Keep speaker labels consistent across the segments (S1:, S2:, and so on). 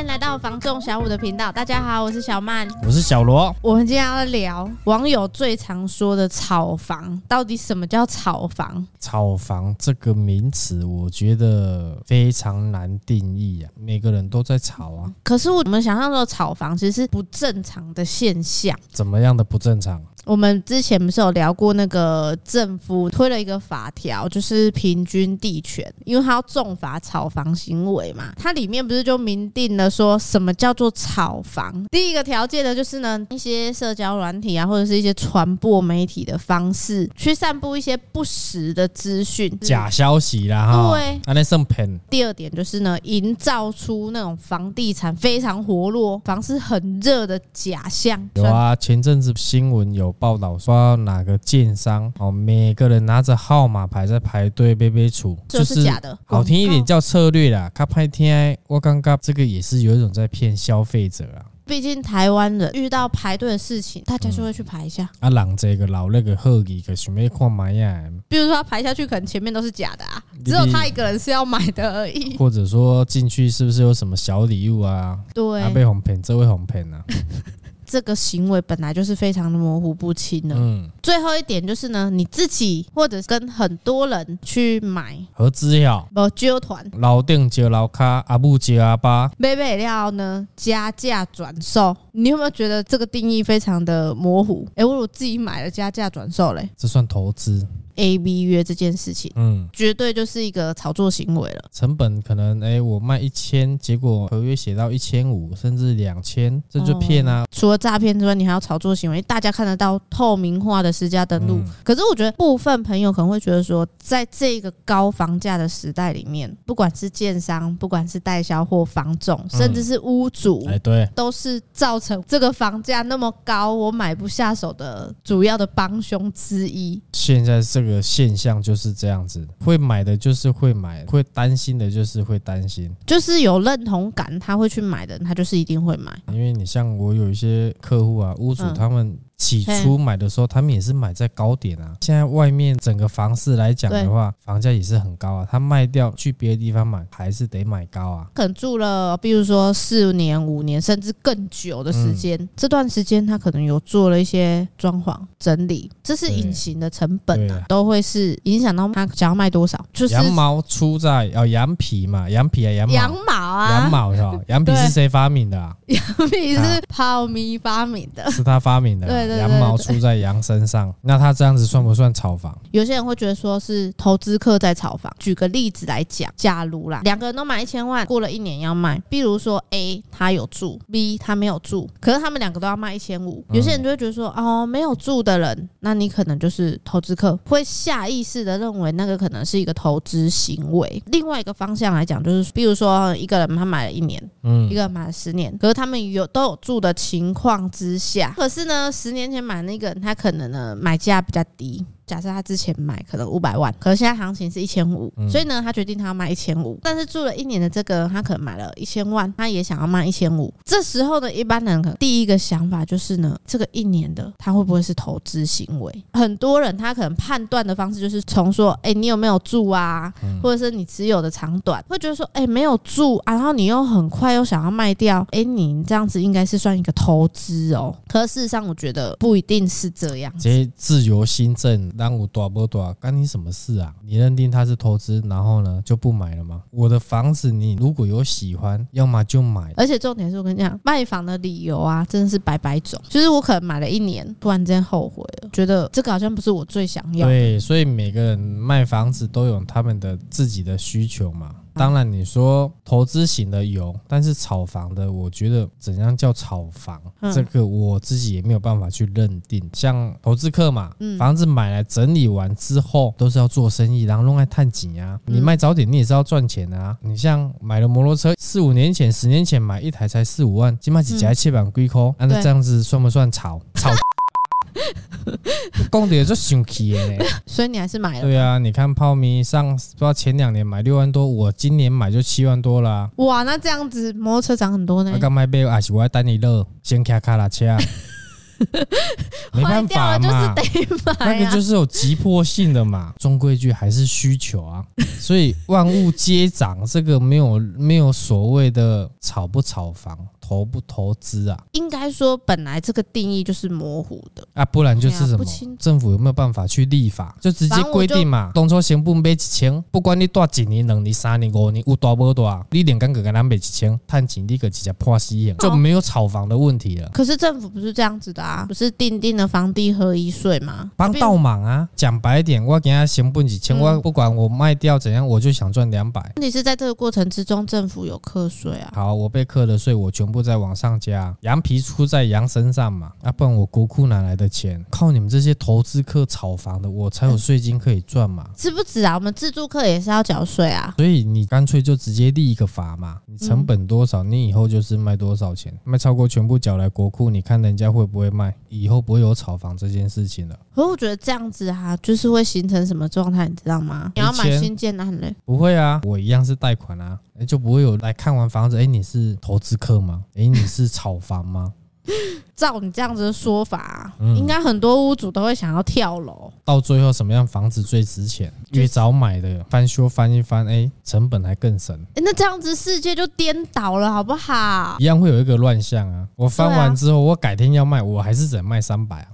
S1: 迎来到房仲小五的频道。大家好，我是小曼。
S2: 我是小罗，
S1: 我们今天要聊网友最常说的炒房，到底什么叫炒房？
S2: 炒房这个名词，我觉得非常难定义啊。每个人都在炒啊，
S1: 可是我们想象中的炒房其实是不正常的现象。
S2: 怎么样的不正常？
S1: 我们之前不是有聊过那个政府推了一个法条，就是平均地权，因为它要重罚炒房行为嘛。它里面不是就明定了说什么叫做炒房？第一个条件呢，就是呢一些社交软体啊，或者是一些传播媒体的方式去散布一些不实的资讯。
S2: 假消息啦哈，
S1: 对
S2: 啊那剩骗，
S1: 第二点就是呢，营造出那种房地产非常活络、房市很热的假象。
S2: 有啊，前阵子新闻有报道说哪个建商哦，每个人拿着号码牌在排队被被处，
S1: 这
S2: 就是是
S1: 假的，
S2: 好听一点叫策略啦。他拍天，我刚刚这个也是有一种在骗消费者啊。
S1: 毕竟台湾人遇到排队的事情，大家就会去排一下。
S2: 啊，人这个老那个好奇个想要看买呀，
S1: 比如说他排下去，可能前面都是假的啊，
S2: 你
S1: 只有他一个人是要买的而已。
S2: 或者说进去是不是有什么小礼物啊？啊，
S1: 对，
S2: 被哄骗，这位哄骗啊。
S1: 这个行为本来就是非常的模糊不清的。
S2: 嗯，
S1: 最后一点就是呢，你自己或者跟很多人去买，
S2: 合资呀，
S1: 不揪团。
S2: 老顶接老卡，阿母接阿爸，
S1: 买买料呢，加价转售，你有没有觉得这个定义非常的模糊？诶、我我自己买了加价转售嘞
S2: 这算投资。
S1: ，A B 约这件事情，
S2: 嗯，
S1: 绝对就是一个炒作行为了。
S2: 成本可能哎、我卖一千，结果合约写到一千五甚至两千，这就骗啊。
S1: 哦除了诈骗之外，你还有炒作行为，大家看得到透明化的私家登录。
S2: 嗯
S1: 可是我觉得部分朋友可能会觉得说，在这个高房价的时代里面，不管是建商，不管是代销或房仲，
S2: 嗯
S1: 甚至是屋主。
S2: 哎、对，
S1: 都是造成这个房价那么高，我买不下手的主要的帮凶之一。
S2: 现在这个现象就是这样子，会买的就是会买，会担心的就是会担心。
S1: 就是有认同感，他会去买的，他就是一定会买。
S2: 因为你像我有一些客户啊，屋主
S1: 嗯
S2: 他们起初买的时候，他们也是买在高点啊。现在外面整个房市来讲
S1: 对
S2: 的话，房价也是很高啊。他卖掉去别的地方买，还是得买高啊。
S1: 可能住了，比如说四年、五年，甚至更久的时
S2: 嗯
S1: 间，这段时间他可能有做了一些装潢整理，这是
S2: 对
S1: 隐形的成本
S2: 对
S1: 啊
S2: 啊，
S1: 都会是影响到他想要卖多少，就是
S2: 羊毛出在哦，羊皮嘛，羊皮啊，羊毛，
S1: 羊毛啊，
S2: 羊毛是吧？羊皮
S1: 对
S2: 是谁发明 的、啊？
S1: 皮是泡咪发明的。
S2: 是他发明的、啊
S1: 对对对
S2: 羊毛出在羊身上，那他这样子算不算炒房？
S1: 有些人会觉得说是投资客在炒房。举个例子来讲，假如啦，两个人都买一千万，过了一年要卖，比如说 A 他有住，B 他没有住，可是他们两个都要卖一千五，有些人就会觉得说，哦，没有住的人，那你可能就是投资客，会下意识的认为那个可能是一个投资行为。另外一个方向来讲，就是比如说呃一个人他买了一年，一
S2: 嗯，
S1: 个人买了十年，可是他们有都有住的情况之下，可是呢，十年前买那个人，他可能呢买价比较低。假设他之前买可能五百万，可是现在行情是一千五，所以呢，他决定他要卖一千五。但是住了一年的这个人，他可能买了一千万，他也想要卖一千五。这时候呢，一般人可能第一个想法就是呢，这个一年的他会不会是投资行为？很多人他可能判断的方式就是从说，哎、你有没有住啊？或者是你持有的长短，会觉得说，哎、没有住、啊，然后你又很快又想要卖掉，哎、你这样子应该是算一个投资哦。可是事实上，我觉得不一定是这样。
S2: 这自由新政让我多不多干你什么事啊？你认定它是投资，然后呢就不买了吗？我的房子你如果有喜欢，要么就买，
S1: 而且重点是我跟你讲，卖房的理由啊，真的是百百种。就是我可能买了一年，突然之间后悔了，觉得这个好像不是我最想要。
S2: 对，所以每个人卖房子都有他们的自己的需求嘛。当然，你说投资型的有，但是炒房的，我觉得怎样叫炒房，
S1: 嗯
S2: 这个我自己也没有办法去认定。像投资客嘛，房子买来整理完之后，都是要做生意，然后弄来探景啊。你卖早点，你也是要赚钱啊。你像买了摩托车，四五年前、十年前买一台才四五万，今麦几台七百几块，啊那
S1: 嗯对
S2: 这样子算不 算炒？炒讲的就生气的呢。
S1: 所以你还是买了。
S2: 对啊，你看泡咪上不知道前两年买六万多，我今年买就七万多啦、
S1: 哇，那这样子摩托车涨很多呢
S2: 啊 啊。。刚买杯还是我要等你热，先开卡拉车。没办法
S1: 坏掉
S2: 嘛
S1: 了，就是得买、啊，
S2: 那个就是有急迫性的嘛，中规矩还是需 求啊，所以万物皆涨，这个没有没有所谓的炒不炒房、投不投资啊
S1: 应该说本来这个定义就是模糊的，
S2: 啊，不然就是什么
S1: 哎呀不清
S2: 政府有没有办法去立法，就直接规定嘛，东抽行不买一千，不管你多几年、两年、三年、五年，有多无多，你连干个干咱买一千，探钱你个直接破死眼，就没有炒房的问题了。
S1: 可是政府不是这样子的啊，不是定定了房地合一税吗？
S2: 帮倒忙啊！讲白一点，我给他行不几千，
S1: 嗯
S2: 我不管我卖掉怎样，我就想赚两百。
S1: 问题是在这个过程之中，政府有课税啊。
S2: 好，我被课的税我全部再往上加，羊皮出在羊身上嘛，啊，不然我国库哪来的钱？靠你们这些投资客炒房的，我
S1: 嗯
S2: 才有税金可以赚嘛。
S1: 是不止啊，我们自住客也是要缴税啊。
S2: 所以你干脆就直接立一个法嘛，你成本多少，你以后就是卖多少钱，卖超过全部缴来国库，你看人家会不会卖？以后不会有炒房这件事情了，
S1: 可我觉得这样子啊，就是会形成什么状态，你知道吗？你要买
S2: 以前
S1: 新建案嘞，
S2: 不会啊，我一样是贷款啊，诶就不会有来看完房子，哎，你是投资客吗？哎，你是炒房吗？
S1: 照你这样子的说法、啊，
S2: 嗯
S1: 应该很多屋主都会想要跳楼。
S2: 到最后什么样房子最 值钱？越早买的翻修翻一翻，哎、成本还更省，
S1: 诶那这样子世界就颠倒了，好不好？
S2: 一样会有一个乱象啊。我翻
S1: 对啊
S2: 完之后，我改天要卖，我还是只能卖三百啊。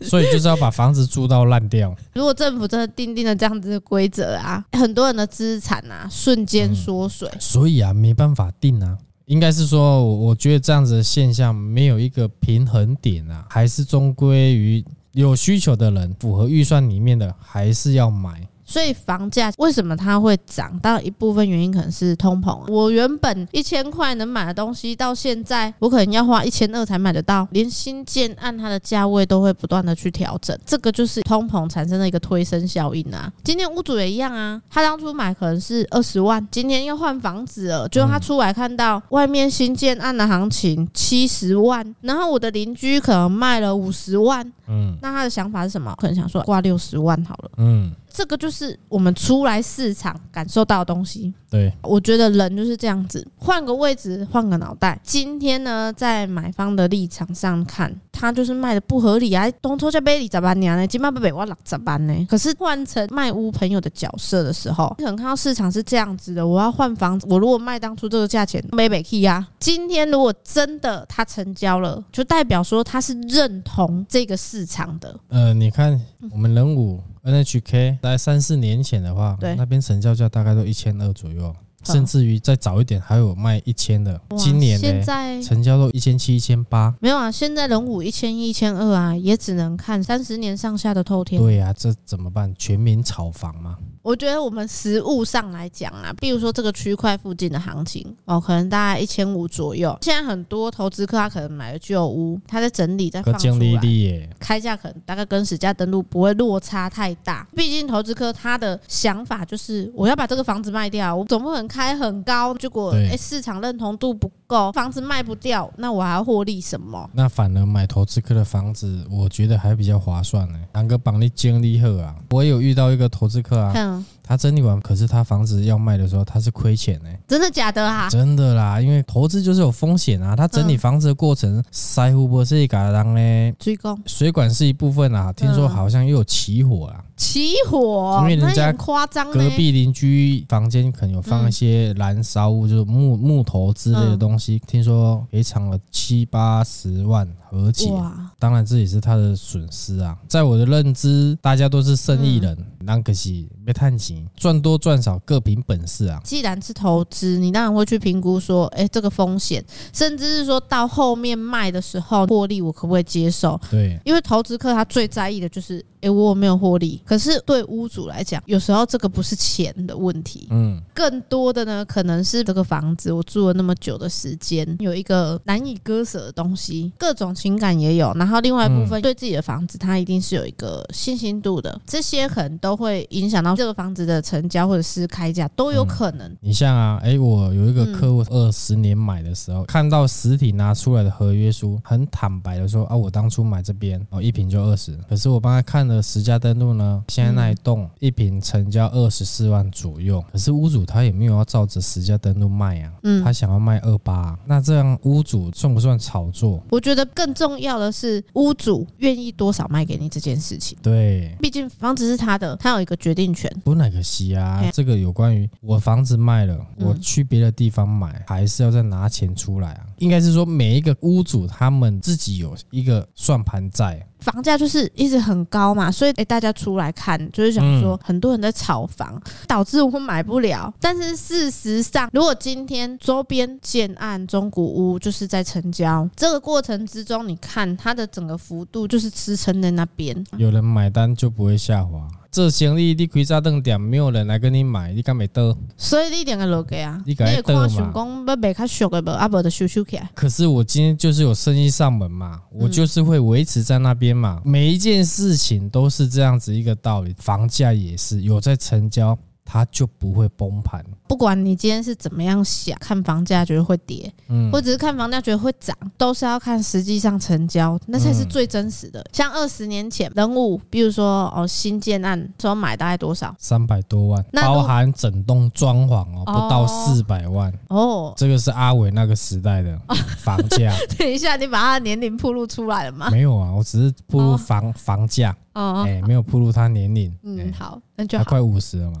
S2: 所以就是要把房子住到烂掉，
S1: 如果政府真的定定了这样子的规则啊，很多人的资产啊瞬间缩水。
S2: 所以啊，没办法定啊。应该是说，我我觉得这样子的现象没有一个平衡点啊，还是终归于有需求的人，符合预算里面的还是要买。
S1: 所以房价为什么它会涨？当然一部分原因可能是通膨、啊。我原本一千块能买的东西，到现在我可能要花一千二才买得到。连新建案它的价位都会不断的去调整，这个就是通膨产生的一个推升效应啊。今天屋主也一样啊，他当初买可能是二十万，今天要换房子了，就他出来看到外面新建案的行情七十万，然后我的邻居可能卖了五十万，
S2: 嗯
S1: 那他的想法是什么？可能想说挂六十万好了。
S2: 嗯，
S1: 这个就是我们出来市场感受到的东西。
S2: 对，
S1: 我觉得人就是这样子，换个位置，换个脑袋。今天呢，在买方的立场上看，他就是卖的不合理啊，东抽价杯里咋办呢？呢，今麦被我六咋办呢？可是换成卖屋朋友的角色的时候，你可能看到市场是这样子的，我要换房子，我如果卖当初这个价钱，没北 key 啊。今天如果真的他成交了，就代表说他是认同这个市场的，
S2: 呃，你看我们人武 NHK 在三四年前的话，
S1: 对
S2: 那边成交价大概都一千二左右，甚至于再早一点还有卖一千的。
S1: 哇
S2: 今年
S1: 现
S2: 呢，
S1: 在
S2: 成交都一千七、一千八。
S1: 没有啊，现在人五一千一千二啊，也只能看三十年上下的透天。
S2: 对呀、啊，这怎么办？全民炒房嘛。
S1: 我觉得我们实物上来讲啊，比如说这个区块附近的行情哦，可能大概一千五左右。现在很多投资客他可能买了旧屋，他在整理再
S2: 个
S1: 放出
S2: 经理
S1: 来。
S2: 力耶，
S1: 开价可能大概跟实价登录不会落差太大，毕竟投资客他的想法就是我要把这个房子卖掉，我总不能开很高，结果
S2: 对
S1: 诶市场认同度不够，房子卖不掉，那我还要获利什么？
S2: 那反而买投资客的房子，我觉得还比较划算呢。南哥帮你经理好啊，我也有遇到一个投资客啊，
S1: 哼，
S2: 他整理完，可是他房子要卖的时候，他是亏钱呢。欸
S1: 真的假的啊？
S2: 真的啦，因为投资就是有风险啊。他整理房子的过程，塞湖不是一嘎当嘞，
S1: 追工。
S2: 水管是一部分啊。听说好像又有起火啊，
S1: 起火，
S2: 因为人
S1: 那
S2: 家
S1: 很夸张呢
S2: 隔壁邻居房间可能有放一些燃烧物，就是木木头之类的东西。听说赔偿了七八十万啊和解。
S1: 哇，
S2: 当然，这也是他的损失啊。在我的认知，大家都是生意人，那可惜别探钱，赚多赚少各凭本事啊。
S1: 既然是投资，你当然会去评估说，哎、这个风险，甚至是说到后面卖的时候获利，我可不可以接受？
S2: 对，
S1: 因为投资客他最在意的就是，哎、我有没有获利？可是对屋主来讲，有时候这个不是钱的问题，
S2: 嗯，
S1: 更多的呢，可能是这个房子我住了那么久的时间，有一个难以割舍的东西，各种情感也有。然后另外一部分对自己的房子，它一定是有一个信心度的，这些可能都会影响到这个房子的成交或者是开价都有可能。
S2: 你像啊，哎、我有一个客户二十年买的时候，看到实体拿出来的合约书，很坦白的说啊，我当初买这边哦，一瓶就二十，可是我帮他看了实价登录呢，现在那一栋一瓶成交二十四万左右，可是屋主他也没有要照着实价登录卖啊，
S1: 嗯
S2: 他想要卖二八吧？那这样屋主算不算炒作？
S1: 我觉得更重要的是屋主愿意多少卖给你这件事情，
S2: 对，
S1: 毕竟房子是他的，他有一个决定权。
S2: 不那个惜啊
S1: 嘿，
S2: 这个有关于我房子卖了，
S1: 嗯
S2: 我去别的地方买，还是要再拿钱出来啊？应该是说每一个屋主他们自己有一个算盘在，
S1: 房价就是一直很高嘛，所以、诶大家出来看，就是想
S2: 嗯
S1: 说很多人在炒房，导致我们买不了。但是事实上，如果今天周边建案中古屋就是在成交，这个过程之中，你看它的整个幅度就是支撑在那边。
S2: 有人买单就不会下滑。这行李你开炸凳点，没有人来跟你买，你敢没得？
S1: 所以你一定会落价啊！
S2: 你
S1: 你
S2: 自己
S1: 也看
S2: 倒嘛
S1: 想讲要卖较俗的无，啊无就收收起来。
S2: 可是我今天就是有生意上门嘛，我就是会维持在那边嘛。每一件事情都是这样子一个道理，房价也是有在成交，它就不会崩盘。
S1: 不管你今天是怎么样想，看房价觉得会跌，
S2: 嗯
S1: 或者是看房价觉得会涨，都是要看实际上成交，那才是最真实的。
S2: 嗯
S1: 像二十年前人物，比如说哦新建案，说买大概多少？
S2: 三百多万，
S1: 那如
S2: 包含整栋装潢哦，不到
S1: 哦
S2: 四百万。
S1: 哦，
S2: 这个是阿伟那个时代的房价，
S1: 等一下你把他的年龄铺露出来了吗？
S2: 没有啊，我只是铺入
S1: 哦
S2: 房、房价，
S1: 哦，
S2: 哎、没有铺入他年龄，
S1: 嗯，
S2: 哎
S1: 好，那就
S2: 他
S1: 好，
S2: 快五十了嘛，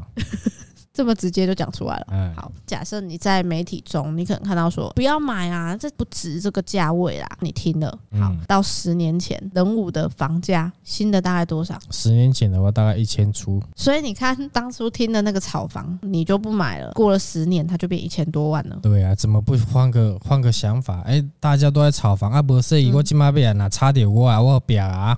S1: 这么直接就讲出来了。
S2: 嗯，
S1: 好，假设你在媒体中，你可能看到说不要买啊，这不值这个价位啦。你听了，好，
S2: 嗯
S1: 到十年前人武的房价，新的大概多少？
S2: 十年前的话大概一千出，
S1: 所以你看当初听的那个炒房，你就不买了，过了十年它就变一千多万了。
S2: 对啊，怎么不换个换个想法？哎、大家都在炒房啊，不是
S1: 嗯
S2: 以我今妈被人拿差点我啊，我 表啊，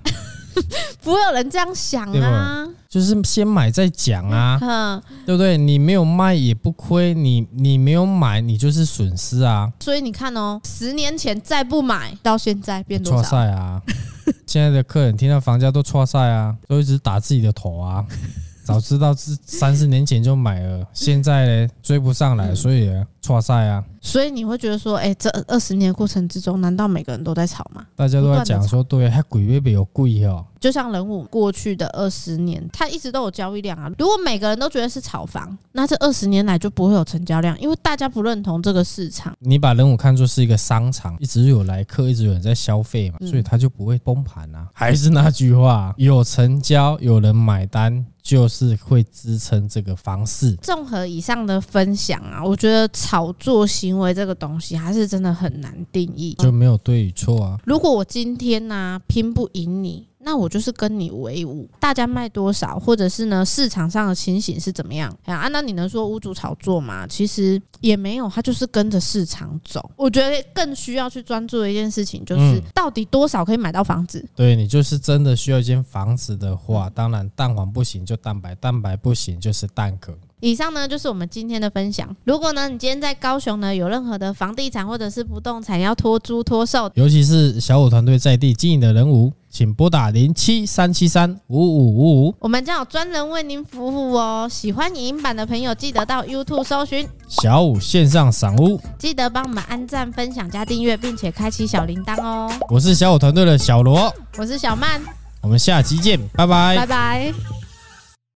S1: 不会有人这样想啊，
S2: 就是先买再讲啊，
S1: 嗯，
S2: 对不对？你没有卖也不亏，你你没有买你就是损失啊，
S1: 所以你看哦，十年前再不买，到现在变多
S2: 错
S1: 少？
S2: 赛啊！现在的客人听到房价都错赛啊，都一直打自己的头啊。早知道是三四年前就买了，现在呢追不上来，所以呢错赛啊。
S1: 所以你会觉得说，哎、这二十年的过程之中，难道每个人都在炒吗？
S2: 大家都在讲说，对，还鬼月比有贵哦，
S1: 就像人武过去的二十年，他一直都有交易量啊。如果每个人都觉得是炒房，那这二十年来就不会有成交量，因为大家不认同这个市场。
S2: 你把人武看作是一个商场，一直有来客，一直有人在消费嘛，
S1: 嗯
S2: 所以它就不会崩盘啊。还是那句话，有成交，有人买单，就是会支撑这个房市。
S1: 综合以上的分享啊，我觉得炒作行为这个东西还是真的很难定义。
S2: 就没有对与错啊，
S1: 如果我今天呢、拼不赢你，那我就是跟你为伍，大家卖多少，或者是呢市场上的情形是怎么样啊？那你能说屋主炒作吗？其实也没有，他就是跟着市场走。我觉得更需要去专注的一件事情就是
S2: 嗯，
S1: 到底多少可以买到房子？
S2: 对你就是真的需要一间房子的话，当然蛋黄不行就蛋白，蛋白不行就是蛋壳。
S1: 以上呢就是我们今天的分享。如果呢你今天在高雄呢有任何的房地产或者是不动产要托租托售，
S2: 尤其是小五团队在地经营的人物，请拨打零七三七三五五五五。
S1: 我们将有专人为您服务哦。喜欢影音版的朋友，记得到 YouTube 搜寻。
S2: 小五线上赏屋，
S1: 记得帮我们按赞、分享、加订阅，并且开启小铃铛哦。
S2: 我是小五团队的小罗，
S1: 我是小曼，
S2: 我们下期见，拜拜
S1: 拜拜